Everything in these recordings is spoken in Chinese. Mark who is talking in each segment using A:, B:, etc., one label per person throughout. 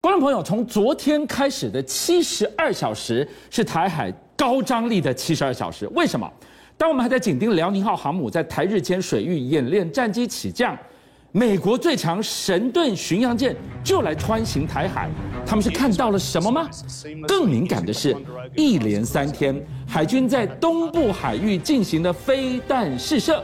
A: 观众朋友，从昨天开始的七十二小时是台海高张力的七十二小时。为什么？当我们还在紧盯辽宁号航母在台日间水域演练战机起降，美国最强神盾巡洋舰就来穿行台海。他们是看到了什么吗？更敏感的是，一连三天，海军在东部海域进行了飞弹试射，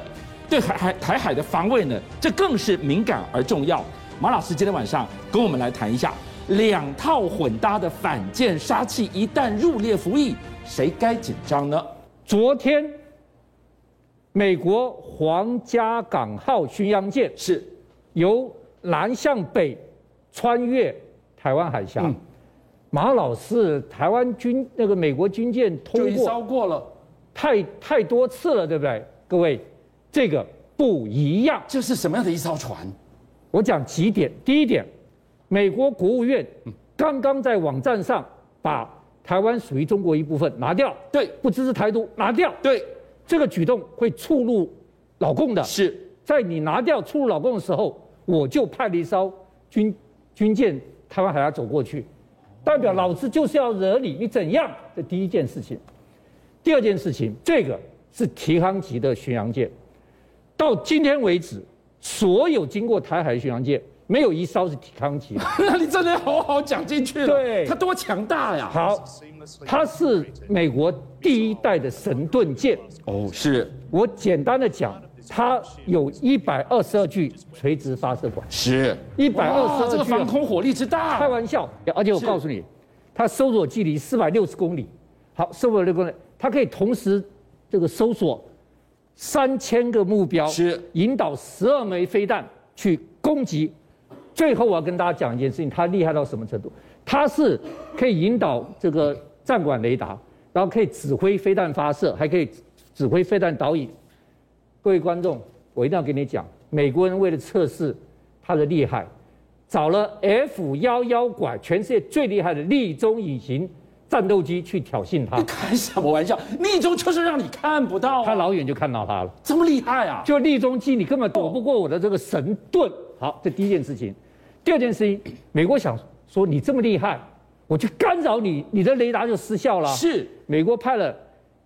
A: 对海海台海的防卫呢，这更是敏感而重要。马老师今天晚上跟我们来谈一下。两套混搭的反舰杀器一旦入列服役，谁该紧张呢？
B: 昨天，美国皇家港号巡洋舰
A: 是
B: 由南向北穿越台湾海峡。
A: 嗯
B: 马老师，台湾军那个美国军舰
A: 就
B: 通
A: 一烧
B: 过
A: 过了，
B: 太太多次了，对不对？各位，这个不一样。
A: 这是什么样的一艘船？
B: 我讲几点。第一点，美国国务院
A: 嗯
B: 刚刚在网站上把台湾属于中国一部分拿掉，
A: 对
B: 不支持台独拿掉，
A: 对，
B: 这个举动会触怒老共的。
A: 啊 是
B: 在你拿掉触入老共的时候，我就派了一艘军军舰台湾海峡走过去，代表老子就是要惹你，你怎样？这第一件事情。第二件事情，这个是提康级的巡洋舰，到今天为止，所有经过台海巡洋舰没有一艘是提康级的。
A: 那你真的好好讲进去了。
B: 对
A: 它多强大呀！
B: 好，它是美国第一代的神盾舰。
A: 哦，是
B: 我简单的讲，它有一百二十二具垂直发射管，
A: 是，
B: 一百二
A: 哇
B: 十
A: 啊
B: 二啊
A: 这个防空火力之
B: 开
A: 大，
B: 玩笑，啊而且我告诉你，它搜索距离四百六十公里，好，四百六公里，它可以同时这个搜索三千个目标，
A: 是
B: 引导十二枚飞弹去攻击。最后我要跟大家讲一件事情，它厉害到什么程度？它是可以引导这个战管雷达，然后可以指挥飞弹发射，还可以指挥飞弹导引。各位观众，我一定要跟你讲，美国人为了测试它的厉害，找了 F 幺幺拐全世界最厉害的立中隐形战斗机去挑衅它
A: 你，开什么玩笑？逆中就是让你看不到
B: 他
A: 啊，
B: 老远就看到它了。
A: 这么厉害啊！
B: 就立中机，你根本躲不过我的这个神盾。好，这第一件事情。第二件事情，美国想说你这么厉害，我去干扰你，你的雷达就失效了。，
A: 是，
B: 美国派了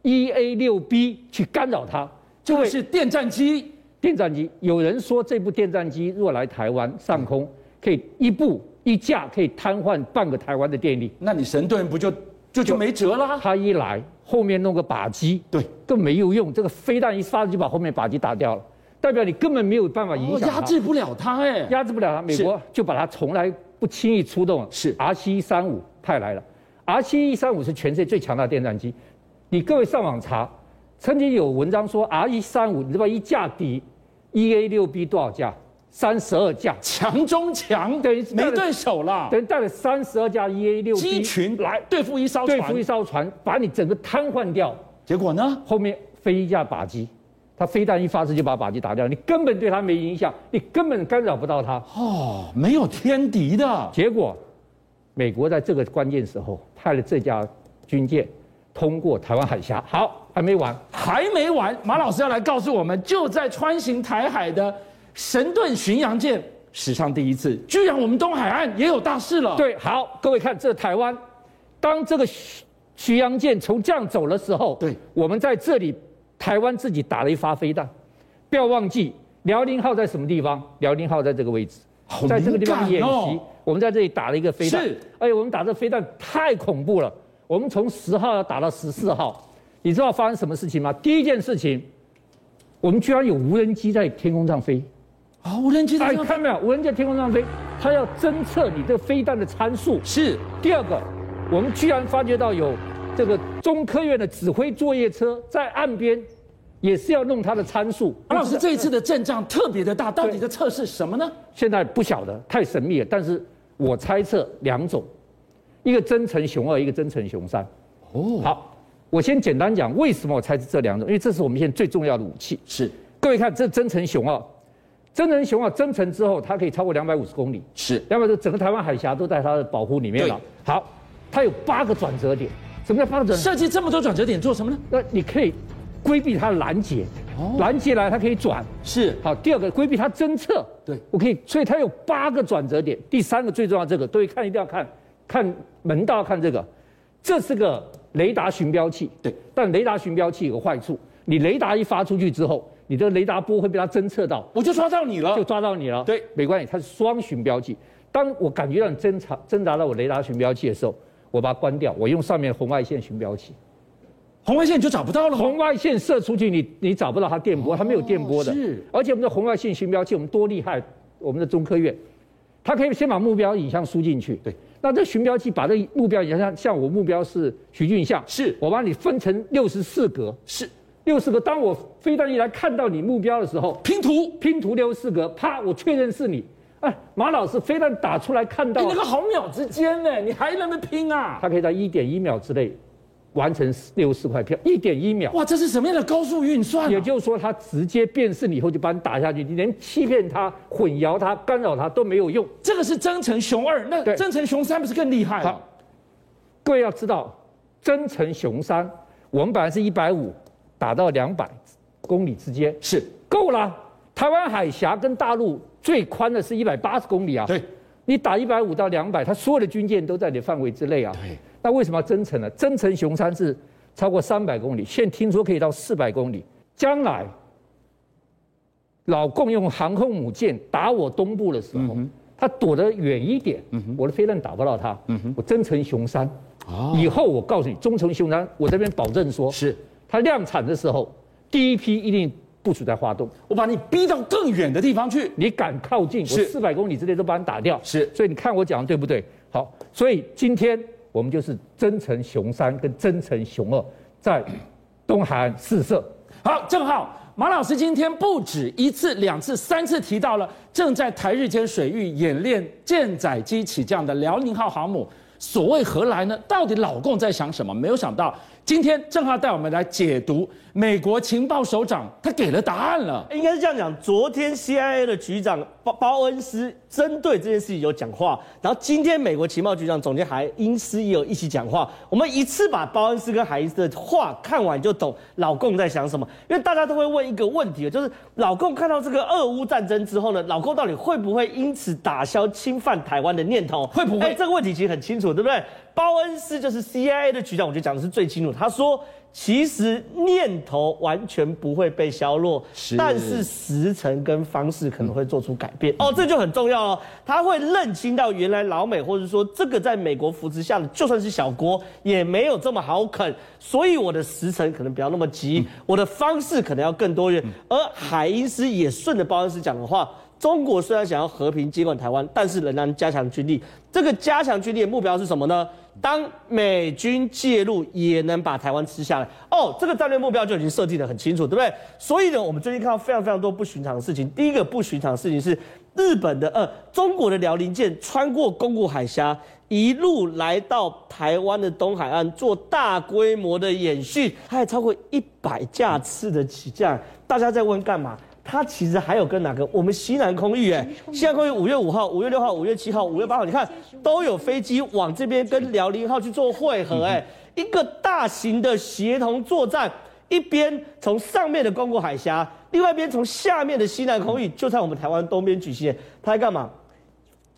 B: E A 六 B 去干扰它。
A: 这
B: 各
A: 个
B: 位
A: 是电战机，
B: 电战机，有人说这部电战机若来台湾上空，可以一步一架可以瘫痪半个台湾的电力。
A: 那你神盾不就就就没辙啦？
B: 它一来，后面弄个靶机，
A: 对，
B: 更没有用。这个飞弹一发就把后面靶机打掉了，代表你根本没有办法影
A: 哦
B: 响它。
A: 压制不了它哎。
B: 压制不了他，美国就把他从来不轻易出动。
A: 是
B: R 七一三五派来了，R 七一三五是全世界最强大的电战机。你各位上网查，曾经有文章说 R 一三五，你知道一架敌 E A 六 B 多少架？三十二架，
A: 强中强，
B: 对
A: 没对手了，
B: 等于带了三十二架 E A 六
A: 机
B: B
A: 群来对付一艘
B: 对付一
A: 船，
B: 艘船，把你整个瘫痪掉。
A: 结果呢？
B: 后面飞一架靶机，他飞弹一发射就把靶机打掉，你根本对他没影响，你根本干扰不到他。
A: 哦，没有天敌的，
B: 结果，美国在这个关键时候派了这架军舰通过台湾海峡。好，还没完，
A: 还没完。马老师要来告诉我们，就在穿行台海的神盾巡洋舰，史上第一次，居然我们东海岸也有大事了。，
B: 对，好，各位看这台湾，当这个巡巡洋舰从这样走的时候，
A: 对，
B: 我们在这里台湾自己打了一发飞弹，不要忘记辽宁号在什么地方？辽宁号在这个位置。
A: 好
B: 在这个地方
A: 敏
B: 演
A: 感
B: 习，
A: 哦
B: 我们在这里打了一个飞弹
A: 是，
B: 而且我们打这飞弹太恐怖了。我们从十号要打到十四号，你知道发生什么事情吗？第一件事情，我们居然有无人机在天空上飞，
A: 啊、无人机在
B: 哎，
A: 这
B: 看到没有？无人机在天空上飞，它要侦测你这个飞弹的参数。
A: 是
B: 第二个，我们居然发觉到有这个中科院的指挥作业车在岸边，也是要弄它的参数。
A: 马啊老师这一次的阵仗特别的大，到底在测试什么呢？
B: 现在不晓得，太神秘了。但是我猜测两种，一个真诚熊二，一个真诚熊三。
A: 哦，
B: 好，我先简单讲为什么我猜是这两种，因为这是我们现在最重要的武器。
A: 是
B: 各位看，这真诚熊二，真诚熊二增程之后，它可以超过两百五十公里，
A: 是
B: 两百多整个台湾海峡都在它的保护里面了。好，它有八个转折点，什么叫八个转折点？
A: 设计这么多转折点做什么呢？
B: 那你可以规避它的拦截，拦截来它可以转。
A: 是
B: 好，第二个规避它侦测，
A: 对
B: 我可以，所以它有八个转折点。第三个最重要，这个对看一定要看，看门道要看这个，这是个雷达寻标器，
A: 对，
B: 但雷达寻标器有个坏处，你雷达一发出去之后，你的雷达波会被它侦测到，
A: 我就抓到你了
B: 就。抓到你了。
A: 啊对，
B: 没关系，它是双寻标记。当我感觉到你侦查侦查到我雷达寻标器的时候，我把它关掉，我用上面红外线寻标器，
A: 红外线你就找不到了吗？
B: 红外线射出去你，你找不到它电波，它没有电波的。
A: 哦是
B: 而且我们的红外线寻标器，我们多厉害！我们的中科院，它可以先把目标影像输进去。
A: 对，
B: 那这寻标器把这目标影像，像我目标是徐俊相，
A: 是
B: 我把你分成六十四格，
A: 是
B: 六十个。当我飞弹一来看到你目标的时候，
A: 拼图。
B: 拼图六十四格，啪，我确认是你。哎，马老师飞弹打出来看到
A: 哎你，那个毫秒之间呢，你还能不能拼啊？
B: 它可以在一点一秒之内完成六十四块票，一点一秒。
A: 哇，这是什么样的高速运算、
B: 也
A: 啊？
B: 就是说，他直接辨识你以后就把你打下去，你连欺骗他、混淆他、干扰他都没有用。
A: 这个是真诚熊二，那
B: 对
A: 真诚熊三不是更厉害了
B: 好？各位要知道，真诚熊山，我们本来是一百五，打到两百公里之间，
A: 是
B: 够了。台湾海峡跟大陆最宽的是一百八十公里啊，
A: 对，
B: 你打一百五到两百，它所有的军舰都在你的范围之内啊。
A: 对，
B: 那为什么要增程呢？增程熊山是超过三百公里，现听说可以到四百公里。将来老共用航空母舰打我东部的时
A: 嗯
B: 候，它躲得远一点，我的飞弹打不到它，我增程熊山。
A: 嗯哦，
B: 以后我告诉你，中程熊山，我这边保证说，
A: 是
B: 它量产的时候，第一批一定部署在华东。
A: 我把你逼到更远的地方去。
B: 你敢靠近，我
A: 是
B: 四百公里之内都把你打掉。
A: 是
B: 所以你看我讲的对不对？好，所以今天我们就是真诚熊三跟真诚熊二在东海岸试射。
A: 好，正好马老师今天不止一次、两次、三次提到了正在台日间水域演练舰载机起降的辽宁号航母。所谓何来呢？到底老共在想什么？没有想到，今天正好带我们来解读美国情报首长，他给了答案了。
C: 应该是这样讲，昨天 CIA 的局长包包恩斯针对这件事情有讲话，然后今天美国情报局长总监海因斯也有一起讲话。我们一次把包恩斯跟海因斯的话看完就懂老共在想什么，因为大家都会问一个问题，就是老共看到这个俄乌战争之后呢，老共到底会不会因此打消侵犯台湾的念头？
A: 会不会
C: 哎这个问题其实很清楚，对不对？包恩斯就是 CIA 的局长，我觉得讲的是最清楚。他说，其实念头完全不会被消落，
A: 是
C: 但是时程跟方式可能会做出改变。哦，这就很重要哦。他会认清到原来老美，或者说这个在美国扶持下的，就算是小国，也没有这么好啃。所以我的时程可能不要那么急，我的方式可能要更多元。而海因斯也顺着鲍恩斯讲的话。中国虽然想要和平接管台湾，但是仍然加强军力。这个加强军力的目标是什么呢？当美军介入，也能把台湾吃下来。哦，这个战略目标就已经设定得很清楚，对不对？所以呢，我们最近看到非常非常多不寻常的事情。第一个不寻常的事情是，日本的呃中国的辽宁舰穿过宫古海峡，一路来到台湾的东海岸做大规模的演训，它还超过一百架次的起降。大家在问干嘛？它其实还有跟哪个？我们西南空域，哎，西南空域五月五号、五月六号、五月七号、五月八号，你看都有飞机往这边跟辽宁号去做汇合，哎，一个大型的协同作战，一边从上面的公国海峡，另外一边从下面的西南空域，就在我们台湾东边举行，哎它在干嘛？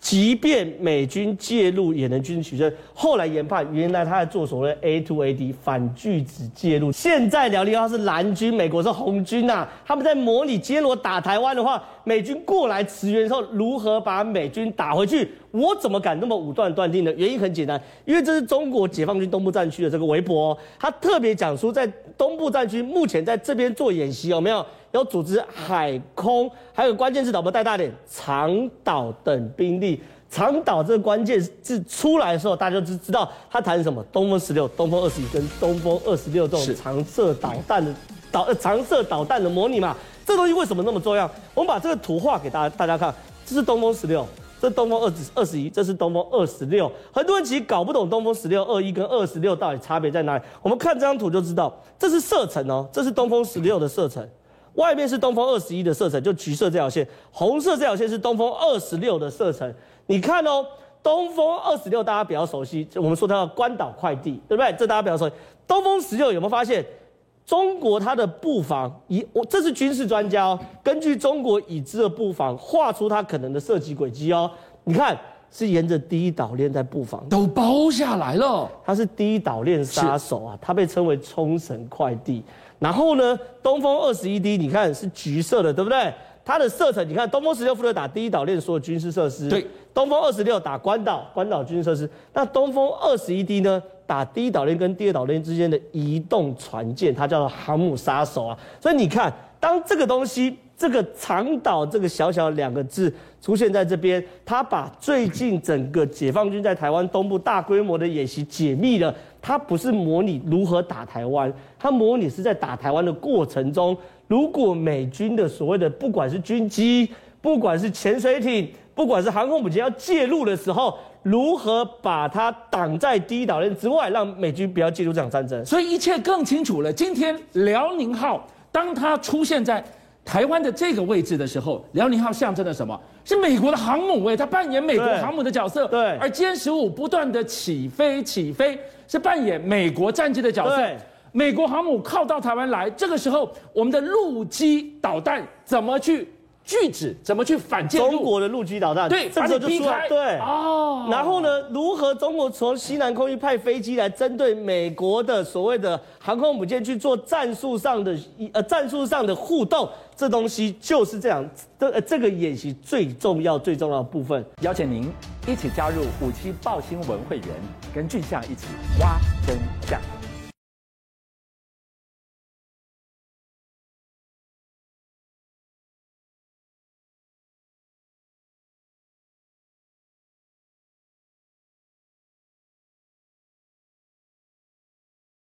C: 即便美军介入也能军事取胜。后来研判，原来他在做所谓 A to A D 反拒止介入。现在辽宁号是蓝军，美国是红军呐、他们在模拟接罗打台湾的话，美军过来驰援的时候，如何把美军打回去？我怎么敢那么武断断定呢？原因很简单，因为这是中国解放军东部战区的这个微博、哦，他特别讲说，在东部战区目前在这边做演习，有没有？要组织海空，还有关键字导播带大点长岛等兵力。长岛这个关键字出来的时候，大家就知知道他谈什么东风十六、东风二十一跟东风二十六这
A: 是
C: 种长射导弹的导呃长射导弹的模拟嘛。这东西为什么那么重要？我们把这个图画给大家大家看，这是东风十六。这是东风二二十一，这是东风二十六。很多人其实搞不懂东风十六二一跟二十六到底差别在哪里。我们看这张图就知道，这是射程哦，这是东风十六的射程。外面是东风二十一的射程，就橘色这条线，红色这条线是东风二十六的射程。你看哦，东风二十六大家比较熟悉，我们说它叫关岛快递，对不对？这大家比较熟悉。东风十六有没有发现，中国它的布防以我这是军事专家哦，根据中国已知的布防画出它可能的射击轨迹哦。你看是沿着第一岛链在布防，
A: 都包下来了。
C: 他是第一岛链杀手啊，他被称为冲绳快递。然后呢，东风二十一 D，你看是橘色的，对不对？它的射程，你看东风十六负责打第一岛链所有军事设施，
A: 对；
C: 东风二十六打关岛，关岛军事设施。那东风二十一 D 呢，打第一岛链跟第二岛链之间的移动船舰，它叫做航母杀手啊。所以你看，当这个东西这个长岛这个小小两个字出现在这边，他把最近整个解放军在台湾东部大规模的演习解密了。他不是模拟如何打台湾，他模拟是在打台湾的过程中，如果美军的所谓的不管是军机，不管是潜水艇，不管是航空母舰要介入的时候，如何把它挡在第一岛链之外，让美军不要介入这场战争。
A: 所以一切更清楚了。今天辽宁号当它出现在台湾的这个位置的时候，辽宁号象征了什么？是美国的航母哎，它扮演美国
C: 对
A: 航母的角色。
C: 对
A: 而歼十五不断的起飞起飞，是扮演美国战机的角色
C: 对。
A: 美国航母靠到台湾来，这个时候我们的陆基导弹怎么去拒止，怎么去反介入？
C: 中国的陆基导弹，
A: 对，
C: 这
A: 把
C: 个时
A: 你
C: 候就
A: 逼
C: 出
A: 开。
C: 来，对，
A: 哦，
C: 然后呢，如何中国从西南空域派飞机来针对美国的所谓的航空母舰去做战术上的呃战术上的互动？这东西就是这样，这、呃、这个演习最重要最重要的部分。
D: 邀请您一起加入五七报新闻会员，跟俊相一起挖真相。